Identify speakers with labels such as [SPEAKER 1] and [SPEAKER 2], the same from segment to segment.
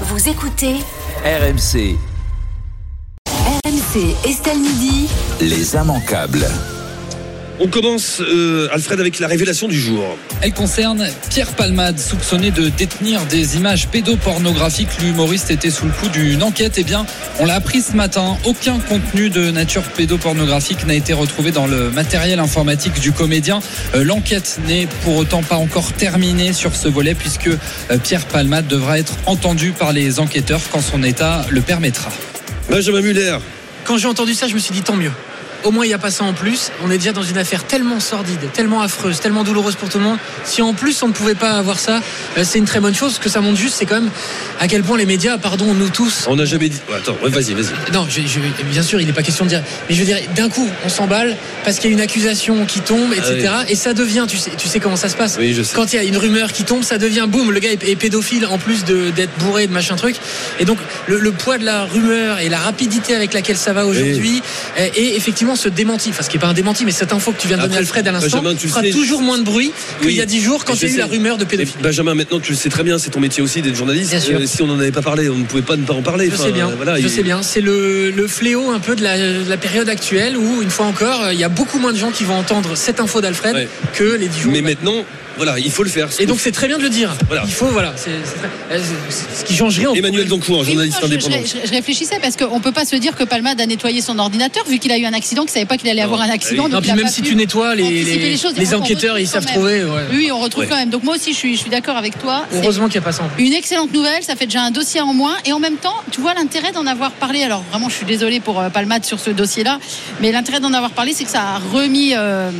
[SPEAKER 1] Vous écoutez
[SPEAKER 2] RMC,
[SPEAKER 1] RMC Estelle Midi.
[SPEAKER 2] les immanquables.
[SPEAKER 3] On commence, euh, Alfred, avec la révélation du jour.
[SPEAKER 4] Elle concerne Pierre Palmade, soupçonné de détenir des images pédopornographiques. L'humoriste était sous le coup d'une enquête. Eh bien, on l'a appris ce matin. Aucun contenu de nature pédopornographique n'a été retrouvé dans le matériel informatique du comédien. Euh, L'enquête n'est pour autant pas encore terminée sur ce volet puisque euh, Pierre Palmade devra être entendu par les enquêteurs quand son état le permettra.
[SPEAKER 3] Benjamin Muller,
[SPEAKER 5] Quand j'ai entendu ça, je me suis dit tant mieux. Au moins, il n'y a pas ça en plus. On est déjà dans une affaire tellement sordide, tellement affreuse, tellement douloureuse pour tout le monde. Si en plus on ne pouvait pas avoir ça, euh, c'est une très bonne chose. Ce que ça montre juste, c'est quand même à quel point les médias, pardon, nous tous. euh,
[SPEAKER 3] on n'a jamais dit. Ouais, attends, ouais, vas-y, vas-y.
[SPEAKER 5] Non, je- je- bien sûr, il n'est pas question de dire. Mais je veux dire, d'un coup, on s'emballe parce qu'il y a une accusation qui tombe, etc.
[SPEAKER 3] Ah
[SPEAKER 5] Et ça devient, tu sais, tu sais comment ça se passe.
[SPEAKER 3] Oui, je sais.
[SPEAKER 5] Quand il y a une rumeur qui tombe, ça devient boum, le gars est est pédophile en plus de- d'être bourré de machin truc. Et donc le, le poids de la rumeur et la rapidité avec laquelle ça va aujourd'hui euh, et effectivement ce démenti, enfin ce qui est pas un démenti, mais cette info que tu viens de donner
[SPEAKER 3] Après,
[SPEAKER 5] Alfred à l'instant
[SPEAKER 3] Benjamin, tu le
[SPEAKER 5] fera
[SPEAKER 3] sais.
[SPEAKER 5] toujours moins de bruit qu'il
[SPEAKER 3] Oui.
[SPEAKER 5] y a dix jours quand
[SPEAKER 3] Mais je
[SPEAKER 5] il y a eu
[SPEAKER 3] sais.
[SPEAKER 5] la rumeur de pédophile.
[SPEAKER 3] Mais Benjamin, maintenant tu le sais très bien, c'est ton métier aussi d'être journaliste. Euh,
[SPEAKER 5] Bien sûr.
[SPEAKER 3] si on n'en avait pas parlé, on ne pouvait pas ne pas en parler.
[SPEAKER 5] Je
[SPEAKER 3] Enfin,
[SPEAKER 5] sais bien,
[SPEAKER 3] voilà,
[SPEAKER 5] je
[SPEAKER 3] il-
[SPEAKER 5] sais bien. C'est le, le fléau un peu de la, de la période actuelle où, une fois encore, euh, il y a beaucoup moins de gens qui vont entendre cette info d'Alfred
[SPEAKER 3] Ouais.
[SPEAKER 5] que les dix jours.
[SPEAKER 3] Mais maintenant, voilà, il faut le faire.
[SPEAKER 5] Et donc c'est très bien de le dire.
[SPEAKER 3] Voilà.
[SPEAKER 5] Il faut, voilà, c'est c'est très- euh, c'est- ce qui changerait en
[SPEAKER 3] Emmanuel Doncourt,
[SPEAKER 6] Oui,
[SPEAKER 3] journaliste
[SPEAKER 6] non, je-
[SPEAKER 3] indépendant.
[SPEAKER 6] Je, je- je réfléchissais parce qu'on ne peut pas se dire que Palmade a nettoyé son ordinateur vu qu'il a eu un accident, qu'il ne savait pas qu'il allait
[SPEAKER 3] Non.
[SPEAKER 6] avoir un accident.
[SPEAKER 3] Ah oui.
[SPEAKER 6] donc
[SPEAKER 5] Non,
[SPEAKER 6] il
[SPEAKER 5] puis
[SPEAKER 6] a
[SPEAKER 5] même
[SPEAKER 6] pas
[SPEAKER 5] si
[SPEAKER 6] pu
[SPEAKER 5] tu nettoies, les,
[SPEAKER 6] anticiper
[SPEAKER 5] les-
[SPEAKER 6] les choses.
[SPEAKER 5] les
[SPEAKER 6] On
[SPEAKER 5] enquêteurs, ils
[SPEAKER 6] retrouve
[SPEAKER 5] savent
[SPEAKER 6] quand
[SPEAKER 5] trouver. ouais.
[SPEAKER 6] Oui, on retrouve
[SPEAKER 3] Ouais.
[SPEAKER 6] quand même. Donc moi aussi, je suis, je suis d'accord avec toi. C'est
[SPEAKER 5] Heureusement qu'il n'y a pas ça.
[SPEAKER 6] Une excellente nouvelle, ça fait déjà un dossier en moins. Et en même temps, tu vois l'intérêt d'en avoir parlé. Alors vraiment, je suis désolée pour euh, Palmade sur ce dossier-là, mais l'intérêt d'en avoir parlé, c'est que ça a remis euh,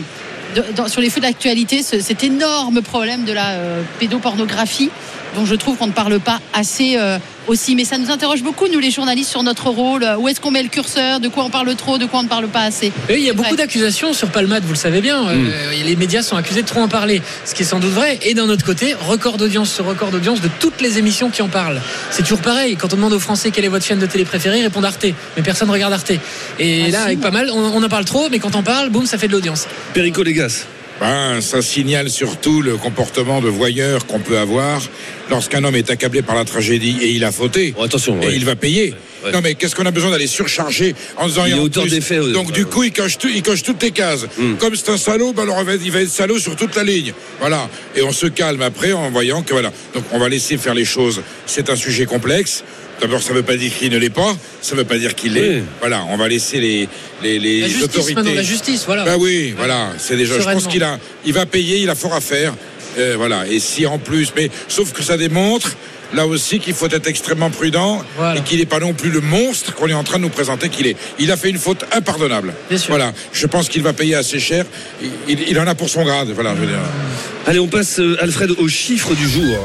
[SPEAKER 6] de- dans- sur les feux d'actualité ce- cet énorme problème de la euh, pédopornographie, dont je trouve qu'on ne parle pas assez euh, aussi. Mais ça nous interroge beaucoup, nous les journalistes, sur notre rôle. Euh, Où est-ce qu'on met le curseur De quoi on parle trop De quoi on ne parle pas assez
[SPEAKER 5] Et il y a beaucoup
[SPEAKER 6] Ouais. Hmm.
[SPEAKER 5] d'accusations sur Palmade, vous le savez bien. Euh, et les médias sont accusés de trop en parler, ce qui est sans doute vrai. Et d'un autre côté, record d'audience sur record d'audience de toutes les émissions qui en parlent. C'est toujours pareil. Quand on demande aux Français quelle est votre chaîne de télé préférée, ils répondent Arte. Mais personne regarde Arte. Et
[SPEAKER 6] Ah,
[SPEAKER 5] là,
[SPEAKER 6] si.
[SPEAKER 5] avec pas mal, on, on en parle trop, mais quand on parle, boum, ça fait de l'audience.
[SPEAKER 3] Perico Légas.
[SPEAKER 7] Ben, ça signale surtout le comportement de voyeur qu'on peut avoir lorsqu'un homme est accablé par la tragédie et il a fauté.
[SPEAKER 3] Oh, attention,
[SPEAKER 7] Et
[SPEAKER 3] ouais.
[SPEAKER 7] il va payer.
[SPEAKER 3] Ouais.
[SPEAKER 7] Non mais qu'est-ce qu'on a besoin d'aller surcharger en disant
[SPEAKER 3] Il est
[SPEAKER 7] et en
[SPEAKER 3] auteur
[SPEAKER 7] plus-
[SPEAKER 3] des faits, euh,
[SPEAKER 7] Donc
[SPEAKER 3] ouais, Hmm.
[SPEAKER 7] du
[SPEAKER 3] ouais.
[SPEAKER 7] coup il coche, tout- il coche toutes les cases. Comme c'est un salaud, ben, alors, on va- il va être salaud sur toute la ligne. Voilà. Et on se calme après en voyant que voilà. Donc on va laisser faire les choses. C'est un sujet complexe. D'abord ça ne veut pas dire qu'il ne l'est pas. Ça ne veut pas dire qu'il l'est.
[SPEAKER 3] Oui.
[SPEAKER 7] Voilà. On va laisser les les, les
[SPEAKER 5] La justice,
[SPEAKER 7] autorités.
[SPEAKER 5] maintenant, la justice, voilà.
[SPEAKER 7] Bah oui, voilà, c'est déjà. Je pense
[SPEAKER 5] Sereinement.
[SPEAKER 7] qu'il a, il va payer, il a fort à faire, Euh, voilà. Et si en plus, mais sauf que ça démontre là aussi qu'il faut être extrêmement prudent
[SPEAKER 5] Voilà.
[SPEAKER 7] et qu'il n'est pas non plus le monstre qu'on est en train de nous présenter qu'il est. Il a fait une faute impardonnable.
[SPEAKER 5] Bien sûr.
[SPEAKER 7] Voilà, je pense qu'il va payer assez cher. Il, il- il en a pour son grade, voilà. Je veux dire.
[SPEAKER 3] Allez, on passe, euh, Alfred, aux chiffres du jour.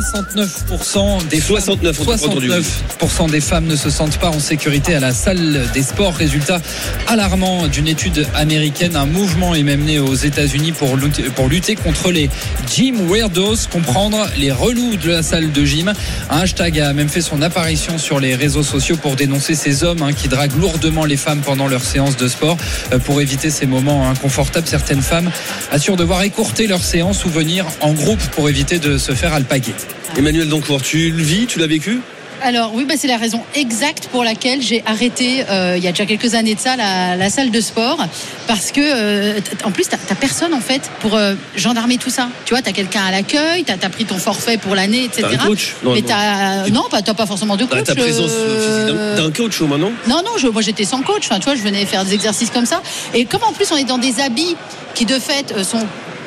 [SPEAKER 4] 69% des
[SPEAKER 3] 69, on t'a pas entendu,
[SPEAKER 4] 69% des femmes ne se sentent pas en sécurité à la salle des sports. Résultat alarmant d'une étude américaine. Un mouvement est même né aux États-Unis pour lutter, pour lutter contre les gym weirdos, comprendre les relous de la salle de gym. Un hashtag a même fait son apparition sur les réseaux sociaux pour dénoncer ces hommes hein, qui draguent lourdement les femmes pendant leurs séances de sport. Euh, pour éviter ces moments inconfortables, certaines femmes assurent devoir écourter leurs séances ou venir en groupe pour éviter de se faire alpaguer.
[SPEAKER 3] Emmanuel Doncourt, tu le vis, tu l'as vécu
[SPEAKER 6] Alors oui, bah, c'est la raison exacte pour laquelle j'ai arrêté euh, il y a déjà quelques années de ça la, la salle de sport parce que euh, t- en plus t'as t'as personne en fait pour euh, gendarmer tout ça. Tu vois, t'as quelqu'un à l'accueil, t'as as pris ton forfait pour l'année, etc.
[SPEAKER 3] T'as un coach Non,
[SPEAKER 6] mais
[SPEAKER 3] non.
[SPEAKER 6] t'as non, pas t'as pas forcément de
[SPEAKER 3] T'as
[SPEAKER 6] coach.
[SPEAKER 3] ta présence
[SPEAKER 6] euh,
[SPEAKER 3] euh, physique d'un- d'un coach au moins, non
[SPEAKER 6] non, non, je, moi j'étais sans coach. Enfin, tu vois, je venais faire des exercices comme ça. Et comme en plus on est dans des habits qui de fait euh, sont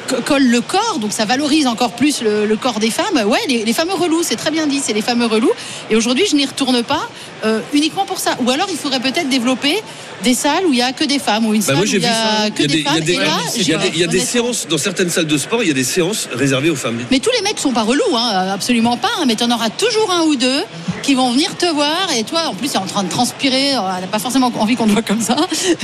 [SPEAKER 6] co- collent le corps, donc ça valorise encore plus le, le corps des femmes. Ouais, les, les fameux relous, c'est très bien dit, c'est les fameux relous. Et aujourd'hui, je n'y retourne pas euh, uniquement pour ça. Ou alors, il faudrait peut-être développer des salles où il y a que des femmes ou une
[SPEAKER 3] Bah
[SPEAKER 6] salle
[SPEAKER 3] moi
[SPEAKER 6] où
[SPEAKER 3] j'ai
[SPEAKER 6] il
[SPEAKER 3] vu
[SPEAKER 6] y a
[SPEAKER 3] ça.
[SPEAKER 6] que des, femmes. Et là,
[SPEAKER 3] il y a
[SPEAKER 6] j'ai-
[SPEAKER 3] des- il y a des
[SPEAKER 6] honnêtement,
[SPEAKER 3] séances dans certaines salles de sport, il y a des séances réservées aux femmes.
[SPEAKER 6] mais tous les mecs sont pas relous, hein, absolument pas. hein, mais t'en auras toujours un ou deux qui vont venir te voir. Et toi, en plus, t'es en train de transpirer. euh, T'as pas forcément envie qu'on te voit comme ça.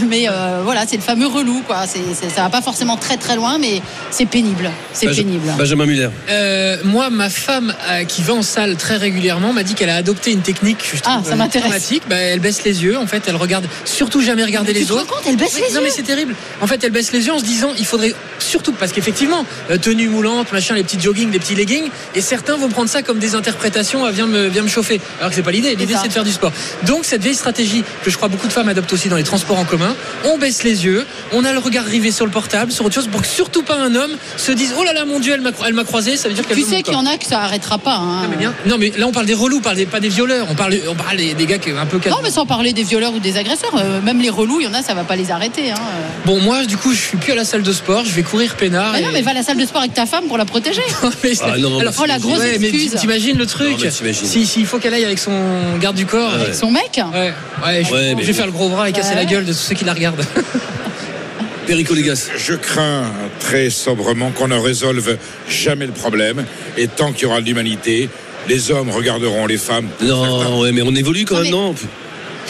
[SPEAKER 6] Mais euh, voilà, c'est le fameux relou, quoi. C'est, c'est- ça va pas forcément très très loin, mais c'est pénible. C'est
[SPEAKER 3] Benja-
[SPEAKER 6] pénible.
[SPEAKER 3] Benjamin Muller.
[SPEAKER 5] Euh, moi, ma femme euh, qui va en salle très régulièrement m'a dit qu'elle a adopté une technique je
[SPEAKER 6] Ah,
[SPEAKER 5] trouve,
[SPEAKER 6] ça
[SPEAKER 5] euh,
[SPEAKER 6] m'intéresse.
[SPEAKER 5] dramatique. Bah, elle baisse les yeux, en fait, elle regarde surtout jamais regarder
[SPEAKER 6] Mais
[SPEAKER 5] les
[SPEAKER 6] tu te
[SPEAKER 5] autres.
[SPEAKER 6] rends compte, elle baisse
[SPEAKER 5] Oui,
[SPEAKER 6] les
[SPEAKER 5] non, mais
[SPEAKER 6] yeux.
[SPEAKER 5] c'est terrible. En fait, elle baisse les yeux en se disant, il faudrait surtout parce qu'effectivement, euh, tenue moulante, machin, les petits joggings, les petits leggings, et certains vont prendre ça comme des interprétations, ah, viens me, viens me chauffer. Alors que c'est pas l'idée. L'idée,
[SPEAKER 6] ça.
[SPEAKER 5] c'est de faire du sport. Donc, cette vieille stratégie que je crois beaucoup de femmes adoptent aussi dans les transports en commun, on baisse les yeux, on a le regard rivé sur le portable, sur autre chose, pour que surtout pas un homme se dise, oh là là, mon dieu, elle m'a cro- elle m'a croisé, ça veut dire qu'elle
[SPEAKER 6] Tu
[SPEAKER 5] veut mon
[SPEAKER 6] sais qu'il y
[SPEAKER 5] corps.
[SPEAKER 6] en a que ça arrêtera pas. hein.
[SPEAKER 5] Ah, mais bien. Non mais là on parle des relous, on parle des- pas des violeurs, on parle, on parle des, des gars qui un peu
[SPEAKER 6] Non, mais sans parler des violeurs ou des agresseurs, euh, même les relous, il y en a, ça va pas les arrêter. hein.
[SPEAKER 5] Bon moi du coup je suis plus à la salle de sport, je vais courir peinard.
[SPEAKER 6] Bah
[SPEAKER 5] et-
[SPEAKER 6] non, mais va à la salle de sport avec ta femme pour la protéger.
[SPEAKER 5] Mais c'est-
[SPEAKER 3] Ah, non, mais
[SPEAKER 5] Alors,
[SPEAKER 3] c'est-
[SPEAKER 6] oh, la grosse
[SPEAKER 5] ouais, mais
[SPEAKER 6] excuse.
[SPEAKER 5] t'imagines le
[SPEAKER 3] Non,
[SPEAKER 5] truc
[SPEAKER 3] mais
[SPEAKER 5] Si
[SPEAKER 3] t'imagines.
[SPEAKER 5] si, il faut qu'elle aille avec son garde du corps.
[SPEAKER 3] Ah ouais.
[SPEAKER 6] Son mec
[SPEAKER 5] Ouais, ouais, je,
[SPEAKER 3] Ouais,
[SPEAKER 5] je
[SPEAKER 3] mais-
[SPEAKER 5] vais faire le gros bras et casser
[SPEAKER 6] Ouais.
[SPEAKER 5] la gueule de tous ceux qui la regardent.
[SPEAKER 3] Perico Légas.
[SPEAKER 7] Je crains très sobrement qu'on ne résolve jamais le problème. Et tant qu'il y aura de l'humanité, les hommes regarderont les femmes.
[SPEAKER 3] Non, ouais, mais on évolue quand
[SPEAKER 6] Non,
[SPEAKER 3] même,
[SPEAKER 6] mais-
[SPEAKER 3] non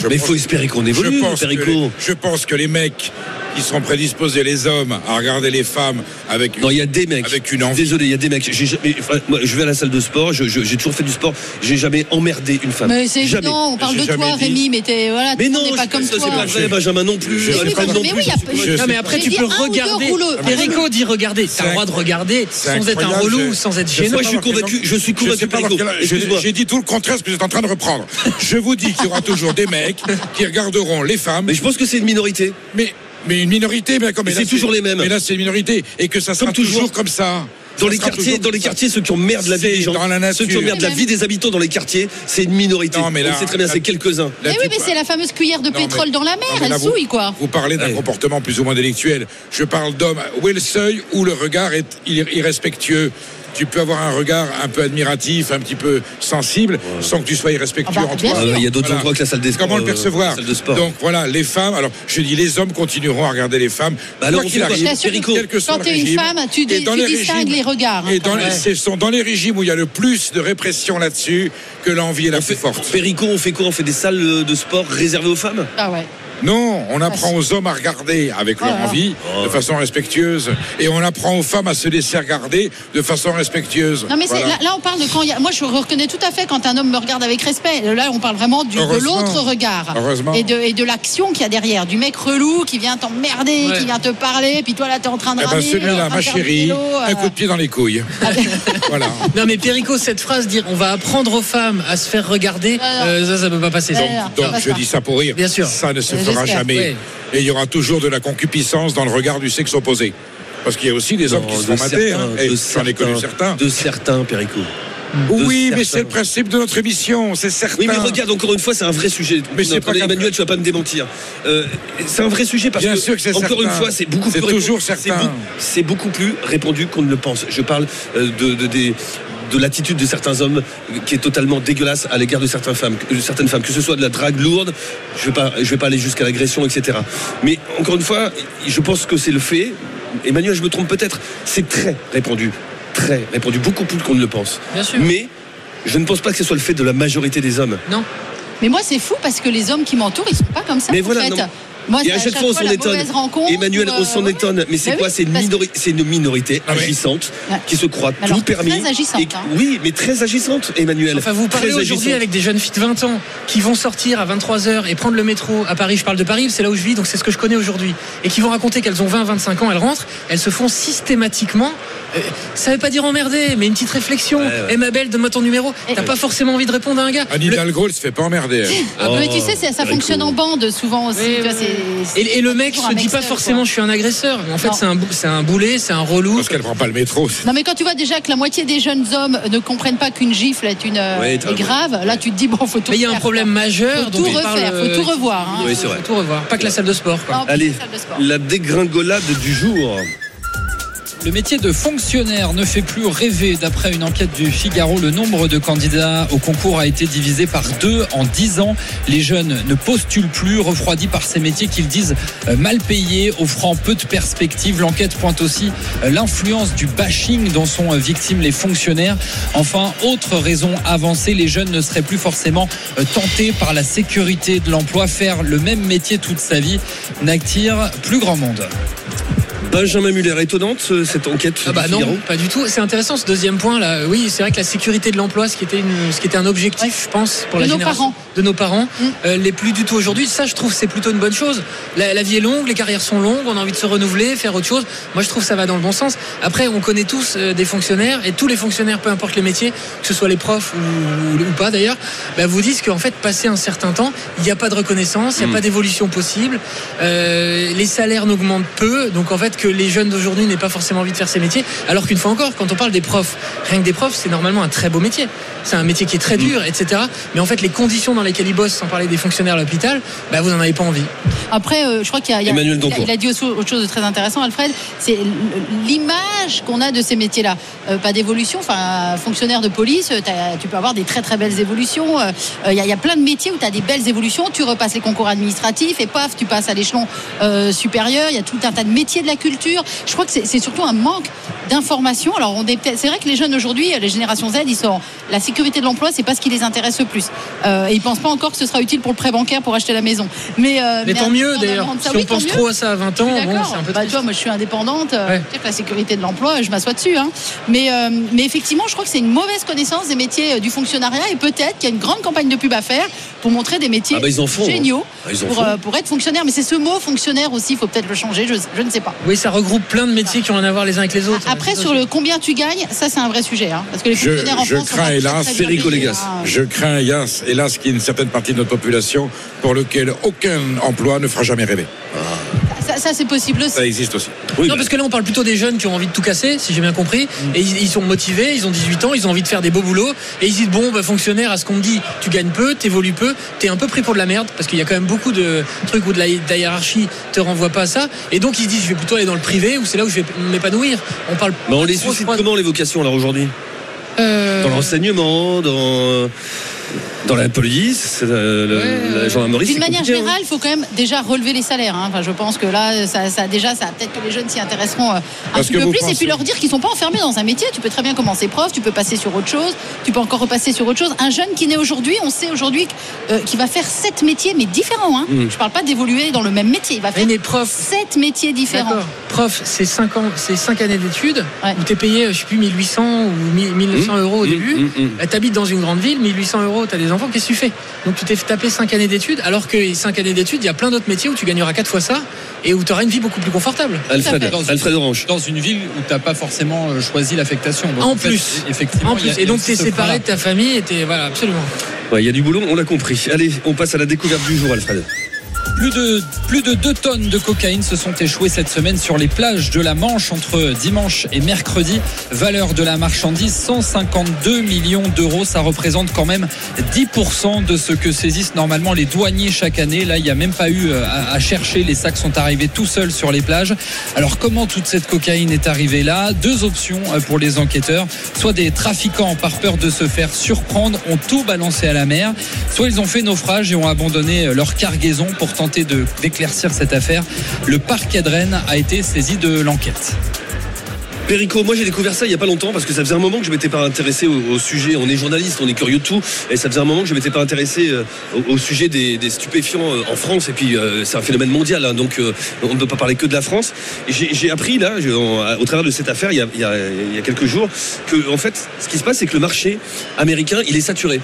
[SPEAKER 7] Je
[SPEAKER 3] Mais il
[SPEAKER 7] pense-
[SPEAKER 3] faut espérer qu'on évolue,
[SPEAKER 7] je pense, que les,
[SPEAKER 3] Perico.
[SPEAKER 7] je pense que les mecs qui sont prédisposés, les hommes, à regarder les femmes avec une-
[SPEAKER 3] Non, il y a des mecs.
[SPEAKER 7] Avec une envie.
[SPEAKER 3] Désolé, il y a des mecs. J'ai jamais- enfin, moi, je vais à la salle de sport, je- je- j'ai toujours fait du sport, j'ai jamais emmerdé une femme.
[SPEAKER 6] Mais c'est
[SPEAKER 3] jamais.
[SPEAKER 6] évident, on parle
[SPEAKER 7] J'ai
[SPEAKER 6] de toi,
[SPEAKER 7] jamais dit.
[SPEAKER 6] Rémi, mais t'es voilà,
[SPEAKER 3] Mais
[SPEAKER 6] tout le
[SPEAKER 3] non,
[SPEAKER 6] monde n'est pas
[SPEAKER 3] je-
[SPEAKER 6] comme
[SPEAKER 3] ça
[SPEAKER 6] toi.
[SPEAKER 3] c'est pas vrai, Benjamin non plus.
[SPEAKER 7] Je-
[SPEAKER 3] Alfred
[SPEAKER 6] mais-
[SPEAKER 3] non
[SPEAKER 6] mais
[SPEAKER 3] plus.
[SPEAKER 6] oui, il y a pas-
[SPEAKER 7] Je-
[SPEAKER 5] non mais après
[SPEAKER 6] J'ai
[SPEAKER 5] tu
[SPEAKER 6] dit
[SPEAKER 5] peux
[SPEAKER 6] un ou deux
[SPEAKER 5] regarder.
[SPEAKER 6] rouleaux.
[SPEAKER 5] Perico dit regarder. T'as le droit de regarder
[SPEAKER 7] C'est
[SPEAKER 5] sans être un
[SPEAKER 7] incroyable,
[SPEAKER 5] relou,
[SPEAKER 7] je-
[SPEAKER 5] sans être
[SPEAKER 7] je sais
[SPEAKER 5] gênant.
[SPEAKER 3] Moi,
[SPEAKER 7] pas
[SPEAKER 3] je suis
[SPEAKER 7] dans quel
[SPEAKER 3] convaincu-
[SPEAKER 7] angle-
[SPEAKER 3] je suis
[SPEAKER 7] sais
[SPEAKER 3] convaincu,
[SPEAKER 7] pas dans
[SPEAKER 3] Perico.
[SPEAKER 7] quel angle- j'ai-
[SPEAKER 3] Excuse-moi.
[SPEAKER 7] J'ai dit tout le contraire ce que vous êtes en train de reprendre. Je vous dis qu'il y aura toujours des mecs qui regarderont les femmes.
[SPEAKER 3] Mais je pense que c'est une minorité.
[SPEAKER 7] Mais, mais une minorité, mais comme
[SPEAKER 3] Mais
[SPEAKER 7] mais là,
[SPEAKER 3] c'est toujours les mêmes.
[SPEAKER 7] Mais là, c'est une minorité. Et que ça sera
[SPEAKER 3] Comme toujours.
[SPEAKER 7] toujours. comme ça.
[SPEAKER 3] Dans
[SPEAKER 7] Ça
[SPEAKER 3] les
[SPEAKER 7] sera
[SPEAKER 3] quartiers,
[SPEAKER 7] toujours
[SPEAKER 3] dans les
[SPEAKER 7] comme ça.
[SPEAKER 3] quartiers, ceux qui emmerdent la vie
[SPEAKER 7] C'est
[SPEAKER 3] des gens,
[SPEAKER 7] dans la
[SPEAKER 3] ceux
[SPEAKER 7] nature.
[SPEAKER 3] qui emmerdent la vie des habitants dans les quartiers, c'est une minorité.
[SPEAKER 7] Non, mais là-
[SPEAKER 3] On sait très bien,
[SPEAKER 7] là-
[SPEAKER 3] c'est quelques uns.
[SPEAKER 7] Là,
[SPEAKER 6] Mais Eh oui,
[SPEAKER 7] tu-
[SPEAKER 6] mais c'est la fameuse cuillère de
[SPEAKER 7] Non, mais-
[SPEAKER 6] pétrole dans la mer,
[SPEAKER 7] non, mais
[SPEAKER 6] elle
[SPEAKER 7] là,
[SPEAKER 6] souille, quoi.
[SPEAKER 7] Vous parlez d'un
[SPEAKER 3] Ouais.
[SPEAKER 7] comportement plus ou moins délictuel. Je parle d'hommes où est le seuil où le regard est ir- irrespectueux. Tu peux avoir un regard un peu admiratif, un petit peu sensible, sans que tu sois irrespectueux
[SPEAKER 6] Ah bah,
[SPEAKER 7] en
[SPEAKER 6] bien
[SPEAKER 7] toi.
[SPEAKER 6] sûr. Ah,
[SPEAKER 3] il y a d'autres endroits que la salle des sports,
[SPEAKER 7] Comment le
[SPEAKER 3] euh, la
[SPEAKER 7] percevoir
[SPEAKER 3] salle de sport.
[SPEAKER 7] Donc voilà, les femmes. Alors je dis, les hommes continueront à regarder les femmes.
[SPEAKER 3] Bah, alors, on
[SPEAKER 7] quoi qu'il
[SPEAKER 3] fait quoi
[SPEAKER 7] arrive,
[SPEAKER 6] Je t'assure,
[SPEAKER 7] quel que soit
[SPEAKER 6] quand
[SPEAKER 7] le
[SPEAKER 6] t'es une
[SPEAKER 7] régime.
[SPEAKER 6] femme, tu dé-
[SPEAKER 7] Et dans
[SPEAKER 6] tu distingues
[SPEAKER 7] régimes-
[SPEAKER 6] les regards, hein,
[SPEAKER 7] Et dans
[SPEAKER 6] quand
[SPEAKER 7] les-
[SPEAKER 6] même.
[SPEAKER 7] ce sont dans les régimes où il y a le plus de répression là-dessus que l'envie est la plus forte.
[SPEAKER 3] Perico, on fait quoi On fait des salles euh, de sport réservées aux femmes
[SPEAKER 6] Ah ouais.
[SPEAKER 7] Non, on apprend
[SPEAKER 6] Ah,
[SPEAKER 7] aux hommes à regarder avec leur
[SPEAKER 6] Voilà.
[SPEAKER 7] envie, de
[SPEAKER 3] Oh.
[SPEAKER 7] façon respectueuse, et on apprend aux femmes à se laisser regarder de façon respectueuse.
[SPEAKER 6] Non mais c'est-
[SPEAKER 7] Voilà. Eh
[SPEAKER 6] là, là, on parle de quand il y a- moi je reconnais tout à fait quand un homme me regarde avec respect. Là on parle vraiment du, de
[SPEAKER 7] Heureusement.
[SPEAKER 6] l'autre regard
[SPEAKER 7] Heureusement.
[SPEAKER 6] et de, et de l'action qu'il y a derrière, du mec relou qui vient t'emmerder,
[SPEAKER 5] Ouais.
[SPEAKER 6] qui vient te parler, puis toi là t'es en train de
[SPEAKER 7] Eh ben
[SPEAKER 6] ramer, en
[SPEAKER 7] celui-là,
[SPEAKER 6] train
[SPEAKER 7] ma
[SPEAKER 6] de faire du
[SPEAKER 7] chérie,
[SPEAKER 6] vélo, euh. Ah, ben.
[SPEAKER 7] un coup de pied dans les couilles. voilà.
[SPEAKER 5] Non mais Perico, cette phrase dire on va apprendre aux femmes à se faire regarder,
[SPEAKER 6] Alors.
[SPEAKER 5] euh, ça ça peut pas passer.
[SPEAKER 6] Ouais,
[SPEAKER 5] Donc,
[SPEAKER 6] alors.
[SPEAKER 7] Donc
[SPEAKER 6] Ça
[SPEAKER 7] je
[SPEAKER 6] va.
[SPEAKER 7] dis ça pour rire.
[SPEAKER 5] Bien sûr.
[SPEAKER 7] Ça ne se
[SPEAKER 6] Euh,
[SPEAKER 7] fera
[SPEAKER 6] j'espère,
[SPEAKER 7] jamais.
[SPEAKER 5] oui.
[SPEAKER 7] Et il y aura toujours de la concupiscence dans le regard du sexe opposé. Parce qu'il y a aussi des hommes qui se font mater. hein. Et
[SPEAKER 3] de
[SPEAKER 7] J'en ai connu certains.
[SPEAKER 3] De certains, Perico.
[SPEAKER 7] oui, mais
[SPEAKER 3] certains.
[SPEAKER 7] c'est le principe de notre émission, c'est certain.
[SPEAKER 3] Oui, mais regarde, encore une fois, c'est un vrai sujet.
[SPEAKER 7] Mais c'est
[SPEAKER 3] Notre-
[SPEAKER 7] pas qu'un-
[SPEAKER 3] Emmanuel, tu vas pas me démentir. Euh, c'est un vrai sujet parce
[SPEAKER 7] Bien
[SPEAKER 3] que,
[SPEAKER 7] sûr que c'est
[SPEAKER 3] encore
[SPEAKER 7] certain.
[SPEAKER 3] une fois, c'est beaucoup
[SPEAKER 7] C'est
[SPEAKER 3] plus. répandu-
[SPEAKER 7] toujours
[SPEAKER 3] c'est
[SPEAKER 7] certain.
[SPEAKER 3] beau- C'est beaucoup plus répandu qu'on ne le pense. Je parle euh, de, de- des- de l'attitude de certains hommes euh, qui est totalement dégueulasse à l'égard de certaines femmes, que- de certaines femmes, que ce soit de la drague lourde, je vais pas, je vais pas aller jusqu'à l'agression, etc. Mais encore une fois, je pense que c'est le fait. Emmanuel, je me trompe peut-être. C'est très répandu, très répandu, beaucoup plus qu'on ne le pense.
[SPEAKER 5] Bien sûr.
[SPEAKER 3] Mais je ne pense pas que ce soit le fait de la majorité des hommes.
[SPEAKER 5] non.
[SPEAKER 6] Mais moi, c'est fou parce que les hommes qui m'entourent, ils sont pas comme ça.
[SPEAKER 3] Mais
[SPEAKER 6] en
[SPEAKER 3] voilà,
[SPEAKER 6] fait.
[SPEAKER 3] non.
[SPEAKER 6] Moi,
[SPEAKER 3] Et à
[SPEAKER 6] c'est
[SPEAKER 3] chaque fois, on s'en
[SPEAKER 6] la
[SPEAKER 3] étonne.
[SPEAKER 6] mauvaise rencontre,
[SPEAKER 3] Emmanuel, on
[SPEAKER 6] euh,
[SPEAKER 3] s'en
[SPEAKER 6] ouais.
[SPEAKER 3] étonne. Mais c'est
[SPEAKER 6] Bah
[SPEAKER 3] quoi
[SPEAKER 6] oui,
[SPEAKER 3] C'est une,
[SPEAKER 6] parce que-
[SPEAKER 3] minori- c'est une minorité
[SPEAKER 7] Ah oui.
[SPEAKER 3] agissante
[SPEAKER 6] Ouais.
[SPEAKER 3] qui se croit
[SPEAKER 6] Alors,
[SPEAKER 3] tout permis.
[SPEAKER 6] très agissante,
[SPEAKER 3] Et-
[SPEAKER 6] hein.
[SPEAKER 3] Oui, mais très agissante, Emmanuel.
[SPEAKER 5] Enfin, vous parlez
[SPEAKER 3] Très
[SPEAKER 5] aujourd'hui
[SPEAKER 3] agissante.
[SPEAKER 5] avec des jeunes filles de 20 ans qui vont sortir à 23h et prendre le métro à Paris. Je parle de Paris, c'est là où je vis, donc c'est ce que je connais aujourd'hui. Et qui vont raconter qu'elles ont 20, 25 ans, elles rentrent, elles se font systématiquement. euh, ça veut pas dire emmerder, mais une petite réflexion.
[SPEAKER 3] ouais.
[SPEAKER 5] Eh, ma belle, donne-moi ton numéro. T'as pas forcément envie de répondre à un gars.
[SPEAKER 7] Anne
[SPEAKER 5] Le-
[SPEAKER 7] Hidalgo ne se fait pas emmerder. elle.
[SPEAKER 6] Ah,
[SPEAKER 3] Oh,
[SPEAKER 6] mais tu sais, ça, ça
[SPEAKER 3] Eric
[SPEAKER 6] fonctionne en
[SPEAKER 3] Houllier.
[SPEAKER 6] bande souvent aussi.
[SPEAKER 5] Oui,
[SPEAKER 6] tu vois,
[SPEAKER 5] oui,
[SPEAKER 6] c'est- c'est
[SPEAKER 5] Et, et le mec
[SPEAKER 6] toujours un
[SPEAKER 5] se dit pas
[SPEAKER 6] seul,
[SPEAKER 5] forcément
[SPEAKER 6] quoi.
[SPEAKER 5] je suis un agresseur. En fait,
[SPEAKER 6] Non.
[SPEAKER 5] c'est un, bou- c'est un boulet, c'est un relou.
[SPEAKER 7] Parce qu'elle prend pas le métro.
[SPEAKER 6] Non mais quand tu vois déjà que la moitié des jeunes hommes ne comprennent pas qu'une gifle est une euh,
[SPEAKER 3] Ouais, t'as
[SPEAKER 6] est grave, là tu te dis bon faut tout.
[SPEAKER 5] Mais il y a un
[SPEAKER 6] refaire,
[SPEAKER 5] problème
[SPEAKER 6] quoi.
[SPEAKER 5] majeur.
[SPEAKER 6] Faut
[SPEAKER 5] dont
[SPEAKER 6] tout
[SPEAKER 5] on parle,
[SPEAKER 6] refaire,
[SPEAKER 5] euh,
[SPEAKER 6] faut tout revoir. hein.
[SPEAKER 3] Oui, c'est vrai.
[SPEAKER 5] Faut tout revoir. Pas que la salle de sport. Quoi.
[SPEAKER 6] Non, plus
[SPEAKER 3] Allez,
[SPEAKER 6] la salle de sport.
[SPEAKER 3] la dégringolade du jour.
[SPEAKER 4] Le métier de fonctionnaire ne fait plus rêver. D'après une enquête du Figaro, le nombre de candidats au concours a été divisé par deux en dix ans. Les jeunes ne postulent plus, refroidis par ces métiers qu'ils disent euh, mal payés, offrant peu de perspectives. L'enquête pointe aussi euh, l'influence du bashing dont sont euh, victimes les fonctionnaires. Enfin, autre raison avancée, les jeunes ne seraient plus forcément euh, tentés par la sécurité de l'emploi. Faire le même métier toute sa vie n'attire plus grand monde.
[SPEAKER 3] Benjamin Muller, étonnante ce- cette enquête
[SPEAKER 5] Ah bah
[SPEAKER 3] du Figaro
[SPEAKER 5] non, pas du tout. C'est intéressant ce deuxième point là. Oui, c'est vrai que la sécurité de l'emploi, ce qui était une, ce qui était un objectif,
[SPEAKER 6] Ouais.
[SPEAKER 5] je pense, pour
[SPEAKER 6] De
[SPEAKER 5] la
[SPEAKER 6] nos
[SPEAKER 5] génération
[SPEAKER 6] parents.
[SPEAKER 5] de nos parents,
[SPEAKER 6] Mm.
[SPEAKER 5] euh, les plus du tout aujourd'hui. Ça, je trouve, c'est plutôt une bonne chose. La, la vie est longue, les carrières sont longues, on a envie de se renouveler, faire autre chose. Moi, je trouve ça va dans le bon sens. Après, on connaît tous euh, des fonctionnaires et tous les fonctionnaires, peu importe les métiers, que ce soit les profs ou, ou pas d'ailleurs, bah, vous disent qu'en fait, passé un certain temps, il n'y a pas de reconnaissance, il n'y a
[SPEAKER 3] Mm.
[SPEAKER 5] pas d'évolution possible. Euh, les salaires n'augmentent peu, donc en fait que les jeunes d'aujourd'hui n'aient pas forcément envie de faire ces métiers. Alors qu'une fois encore, quand on parle des profs, rien que des profs, c'est normalement un très beau métier. C'est un métier qui est très dur, etc. Mais en fait, les conditions dans lesquelles ils bossent, sans parler des fonctionnaires à l'hôpital, bah, vous n'en avez pas envie.
[SPEAKER 6] Après, euh, je crois qu'il y a, il y a-
[SPEAKER 3] Emmanuel
[SPEAKER 6] il a-
[SPEAKER 3] Dancourt.
[SPEAKER 6] il a dit aussi autre chose de très intéressant, Alfred. C'est l- l'image qu'on a de ces métiers-là. Euh, pas d'évolution. Enfin, fonctionnaire de police, euh, t'as- tu peux avoir des très très belles évolutions. Euh, euh, Il y, a- il y a plein de métiers où tu as des belles évolutions. Tu repasses les concours administratifs et paf, tu passes à l'échelon euh, supérieur. Il y a tout un tas de métiers de la culture. Je crois que c'est c'est surtout un manque d'information. Alors, on est peut-être- c'est vrai que les jeunes aujourd'hui, euh, les générations Z, ils sont la sécurité de l'emploi, c'est pas ce qui les intéresse le plus. Euh, et ils pensent pas encore que ce sera utile pour le prêt bancaire pour acheter la maison. Mais, euh,
[SPEAKER 5] Mais tant
[SPEAKER 6] en-
[SPEAKER 5] mieux
[SPEAKER 6] en
[SPEAKER 5] d'ailleurs.
[SPEAKER 6] amont de ça,
[SPEAKER 5] Si
[SPEAKER 6] oui,
[SPEAKER 5] on
[SPEAKER 6] tant
[SPEAKER 5] pense
[SPEAKER 6] mieux.
[SPEAKER 5] trop à ça à 20 ans,
[SPEAKER 6] Je suis
[SPEAKER 5] bon,
[SPEAKER 6] d'accord.
[SPEAKER 5] c'est un peu
[SPEAKER 6] Bah,
[SPEAKER 5] triste.
[SPEAKER 6] tu vois, moi je suis indépendante, euh,
[SPEAKER 5] Ouais.
[SPEAKER 6] peut-être la sécurité de l'emploi, je m'assois dessus. hein. Mais, euh, mais effectivement, je crois que c'est une mauvaise connaissance des métiers euh, du fonctionnariat et peut-être qu'il y a une grande campagne de pub à faire pour montrer des métiers
[SPEAKER 3] Ah bah, ils en font, hein.
[SPEAKER 6] géniaux
[SPEAKER 3] Ah, ils en
[SPEAKER 6] pour,
[SPEAKER 3] font.
[SPEAKER 6] euh, pour être fonctionnaire. Mais c'est ce mot fonctionnaire aussi, il faut peut-être le changer, je, je ne sais pas.
[SPEAKER 5] Oui, ça regroupe plein de métiers qui ont rien à voir les uns avec les autres.
[SPEAKER 6] Ah,
[SPEAKER 5] hein,
[SPEAKER 6] Après, sur le combien tu gagnes, ça c'est un vrai sujet. hein, parce que les
[SPEAKER 7] Je-
[SPEAKER 6] fonctionnaires en
[SPEAKER 7] je
[SPEAKER 6] France. sont
[SPEAKER 7] crains,
[SPEAKER 6] pas très,
[SPEAKER 7] hélas,
[SPEAKER 6] très bien
[SPEAKER 3] Ferrico
[SPEAKER 6] payés,
[SPEAKER 3] Légas.
[SPEAKER 6] hein.
[SPEAKER 7] Je crains, hélas, hélas qu'il y ait une certaine partie de notre population pour laquelle aucun emploi ne fera jamais rêver.
[SPEAKER 6] Ça, ça, c'est possible aussi.
[SPEAKER 7] Ça existe aussi.
[SPEAKER 3] Oui, Mm.
[SPEAKER 5] non,
[SPEAKER 3] bah,
[SPEAKER 5] parce que là, on parle plutôt des jeunes qui ont envie de tout casser, si j'ai bien compris. Et ils, ils sont motivés, ils ont 18 ans, ils ont envie de faire des beaux boulots. Et ils se disent, bon, bah, fonctionnaire, à ce qu'on me dit, tu gagnes peu, t'évolues peu, t'es un peu pris pour de la merde, parce qu'il y a quand même beaucoup de trucs où de la, de la hiérarchie te renvoie pas à ça. Et donc, ils se disent, je vais plutôt aller dans le privé, où c'est là où je vais m'épanouir. On parle.
[SPEAKER 3] mais on
[SPEAKER 5] pas
[SPEAKER 3] les
[SPEAKER 5] trop, je
[SPEAKER 3] suscite
[SPEAKER 5] crois,
[SPEAKER 3] comment les vocations alors aujourd'hui
[SPEAKER 5] euh,
[SPEAKER 3] Dans l'enseignement, dans, dans la police, euh, le-
[SPEAKER 5] Ouais,
[SPEAKER 3] la gendarmerie.
[SPEAKER 6] D'une
[SPEAKER 3] c'est
[SPEAKER 6] manière
[SPEAKER 3] compliqué, hein.
[SPEAKER 6] générale, il faut quand même déjà relever les salaires. hein. Enfin, je pense que là, ça, ça- déjà, ça peut-être que les jeunes s'y intéresseront euh, un
[SPEAKER 7] Parce
[SPEAKER 6] petit
[SPEAKER 7] que
[SPEAKER 6] peu
[SPEAKER 7] vous
[SPEAKER 6] plus et
[SPEAKER 7] pensez-
[SPEAKER 6] puis leur dire qu'ils sont pas enfermés dans un métier. Tu peux très bien commencer prof, tu peux passer sur autre chose, tu peux encore repasser sur autre chose. Un jeune qui naît aujourd'hui, on sait aujourd'hui que, euh, qu'il va faire sept métiers, mais différents. Hein.
[SPEAKER 3] Mm.
[SPEAKER 6] Je parle pas d'évoluer dans le même métier. Il va
[SPEAKER 5] Mais
[SPEAKER 6] faire
[SPEAKER 5] mes profs,
[SPEAKER 6] sept métiers différents.
[SPEAKER 5] D'accord. Prof, c'est 5 ans, c'est 5 années d'études
[SPEAKER 6] Ouais.
[SPEAKER 5] où t'es payé, je sais plus 1800 ou 1000 1900 euros au
[SPEAKER 3] Mmh,
[SPEAKER 5] début.
[SPEAKER 3] mmh, mmh.
[SPEAKER 5] Bah, T'habites dans une grande ville, 1800 euros, t'as des enfants, qu'est-ce que tu fais Donc tu t'es fait taper 5 années d'études, alors que 5 années d'études, il y a plein d'autres métiers où tu gagneras 4 fois ça et où t'auras une vie beaucoup plus confortable.
[SPEAKER 3] Alfred,
[SPEAKER 4] Dans une-
[SPEAKER 3] Alfred Orange.
[SPEAKER 4] Dans une ville où t'as pas forcément euh, choisi l'affectation. Donc,
[SPEAKER 5] En
[SPEAKER 4] fait,
[SPEAKER 5] plus.
[SPEAKER 4] effectivement.
[SPEAKER 5] En
[SPEAKER 4] il y a-
[SPEAKER 5] plus,
[SPEAKER 4] il y
[SPEAKER 5] et
[SPEAKER 4] a
[SPEAKER 5] donc
[SPEAKER 4] aussi
[SPEAKER 5] t'es
[SPEAKER 4] ce
[SPEAKER 5] séparé
[SPEAKER 4] frein-là.
[SPEAKER 5] de ta famille, et t'es voilà absolument.
[SPEAKER 3] Ouais, Il y a du boulot, on l'a compris. Allez, on passe à la découverte du jour, Alfred.
[SPEAKER 4] Plus de, plus de 2 tonnes de cocaïne se sont échouées cette semaine sur les plages de la Manche entre dimanche et mercredi. Valeur de la marchandise 152 millions d'euros. Ça représente quand même 10% de ce que saisissent normalement les douaniers chaque année. Là, il n'y a même pas eu euh, à, à chercher. Les sacs sont arrivés tout seuls sur les plages. Alors, comment toute cette cocaïne est arrivée là Deux options euh, pour les enquêteurs. Soit des trafiquants, par peur de se faire surprendre, ont tout balancé à la mer. Soit ils ont fait naufrage et ont abandonné euh, leur cargaison pour tenter de- d'éclaircir cette affaire. Le parc à Rennes a été saisi de l'enquête.
[SPEAKER 3] Perico, moi j'ai découvert ça il y a pas longtemps parce que ça faisait un moment que je m'étais pas intéressé au, au sujet. On est journaliste, on est curieux de tout, et ça faisait un moment que je m'étais pas intéressé euh, au, au sujet des, des stupéfiants euh, en France. Et puis euh, c'est un phénomène mondial, hein, donc euh, on ne peut pas parler que de la France. Et J'ai j'ai appris là, je- en- à- au travers de cette affaire, il y, a, il y a- il y a quelques jours, que en fait, ce qui se passe, c'est que le marché américain, il est saturé.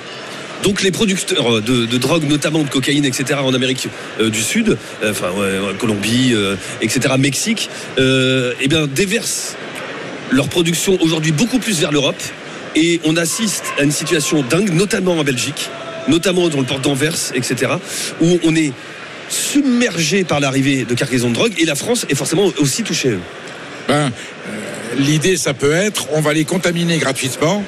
[SPEAKER 3] Donc les producteurs de, de drogue, notamment de cocaïne, etc., en Amérique euh, du Sud, euh, enfin ouais, ouais, Colombie, euh, etc., Mexique, euh, eh bien déversent leur production aujourd'hui beaucoup plus vers l'Europe. Et on assiste à une situation dingue, notamment en Belgique, notamment dans le port d'Anvers, etc., où on est submergé par l'arrivée de cargaisons de drogue et la France est forcément aussi touchée.
[SPEAKER 7] Ben, euh, l'idée, ça peut être, on va les contaminer gratuitement.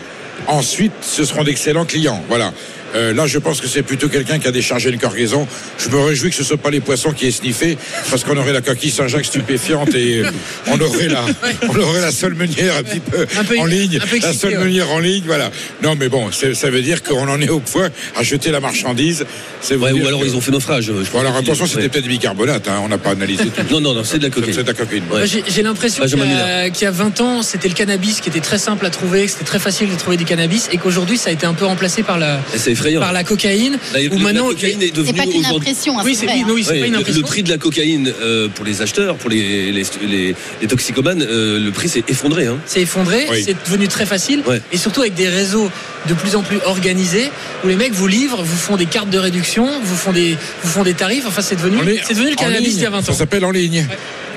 [SPEAKER 7] Ensuite, ce seront d'excellents clients. Voilà. Euh, là, je pense que c'est plutôt quelqu'un qui a déchargé une cargaison. Je me réjouis que ce ne soit pas les poissons qui aient sniffé, parce qu'on aurait la coquille Saint-Jacques stupéfiante et euh, on aurait la, on aurait la seule meunière un petit peu,
[SPEAKER 5] Un peu-
[SPEAKER 7] en ligne,
[SPEAKER 5] un peu
[SPEAKER 7] la
[SPEAKER 5] excité,
[SPEAKER 7] seule
[SPEAKER 5] ouais.
[SPEAKER 7] meunière en ligne, voilà. Non, mais bon, c'est- ça veut dire qu'on en est au point à jeter la marchandise. C'est
[SPEAKER 3] Ouais,
[SPEAKER 7] vous
[SPEAKER 3] ou
[SPEAKER 7] dire
[SPEAKER 3] alors
[SPEAKER 7] que-
[SPEAKER 3] ils ont fait naufrage. je
[SPEAKER 7] Bon,
[SPEAKER 3] pense.
[SPEAKER 7] alors attention, c'était
[SPEAKER 3] Ouais.
[SPEAKER 7] peut-être du bicarbonate. hein, on n'a pas analysé tout.
[SPEAKER 3] Non, non, non, c'est de la cocaïne.
[SPEAKER 7] C'est de la cocaïne.
[SPEAKER 3] Ouais.
[SPEAKER 5] Moi, J'ai j'ai l'impression qu'il
[SPEAKER 3] Benjamin
[SPEAKER 5] y, a- qu'il y a 20 ans, c'était le cannabis qui était très simple à trouver, que c'était très facile de trouver du cannabis et qu'aujourd'hui, ça a été un peu remplacé par la,
[SPEAKER 3] SFR, effrayant.
[SPEAKER 5] par la cocaïne.
[SPEAKER 3] La-
[SPEAKER 5] Ou
[SPEAKER 3] la
[SPEAKER 5] maintenant,
[SPEAKER 3] cocaïne est
[SPEAKER 6] C'est
[SPEAKER 3] devenue
[SPEAKER 6] pas qu'une
[SPEAKER 3] aujourd'hui.
[SPEAKER 6] impression, hein,
[SPEAKER 5] oui,
[SPEAKER 6] c'est
[SPEAKER 5] c'est
[SPEAKER 6] vrai,
[SPEAKER 5] oui,
[SPEAKER 6] hein.
[SPEAKER 5] non, oui, c'est
[SPEAKER 3] Ouais,
[SPEAKER 5] pas une
[SPEAKER 3] le-
[SPEAKER 5] impression.
[SPEAKER 3] le prix de la cocaïne euh, pour les acheteurs, pour les, les, les- les toxicomanes, euh, le prix s'est effondré. Hein.
[SPEAKER 5] C'est effondré,
[SPEAKER 7] Oui.
[SPEAKER 5] c'est devenu très facile,
[SPEAKER 3] Ouais.
[SPEAKER 5] et surtout avec des réseaux de plus en plus organisés, où les mecs vous livrent, vous font des cartes de réduction, vous font des, vous font des tarifs. Enfin, c'est devenu,
[SPEAKER 7] En li-
[SPEAKER 5] c'est devenu le
[SPEAKER 7] en
[SPEAKER 5] cannabis
[SPEAKER 7] ligne.
[SPEAKER 5] il y a 20
[SPEAKER 7] Ça
[SPEAKER 5] ans.
[SPEAKER 7] s'appelle en ligne.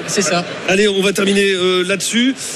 [SPEAKER 5] C'est ça.
[SPEAKER 3] Allez, on va terminer euh, là-dessus.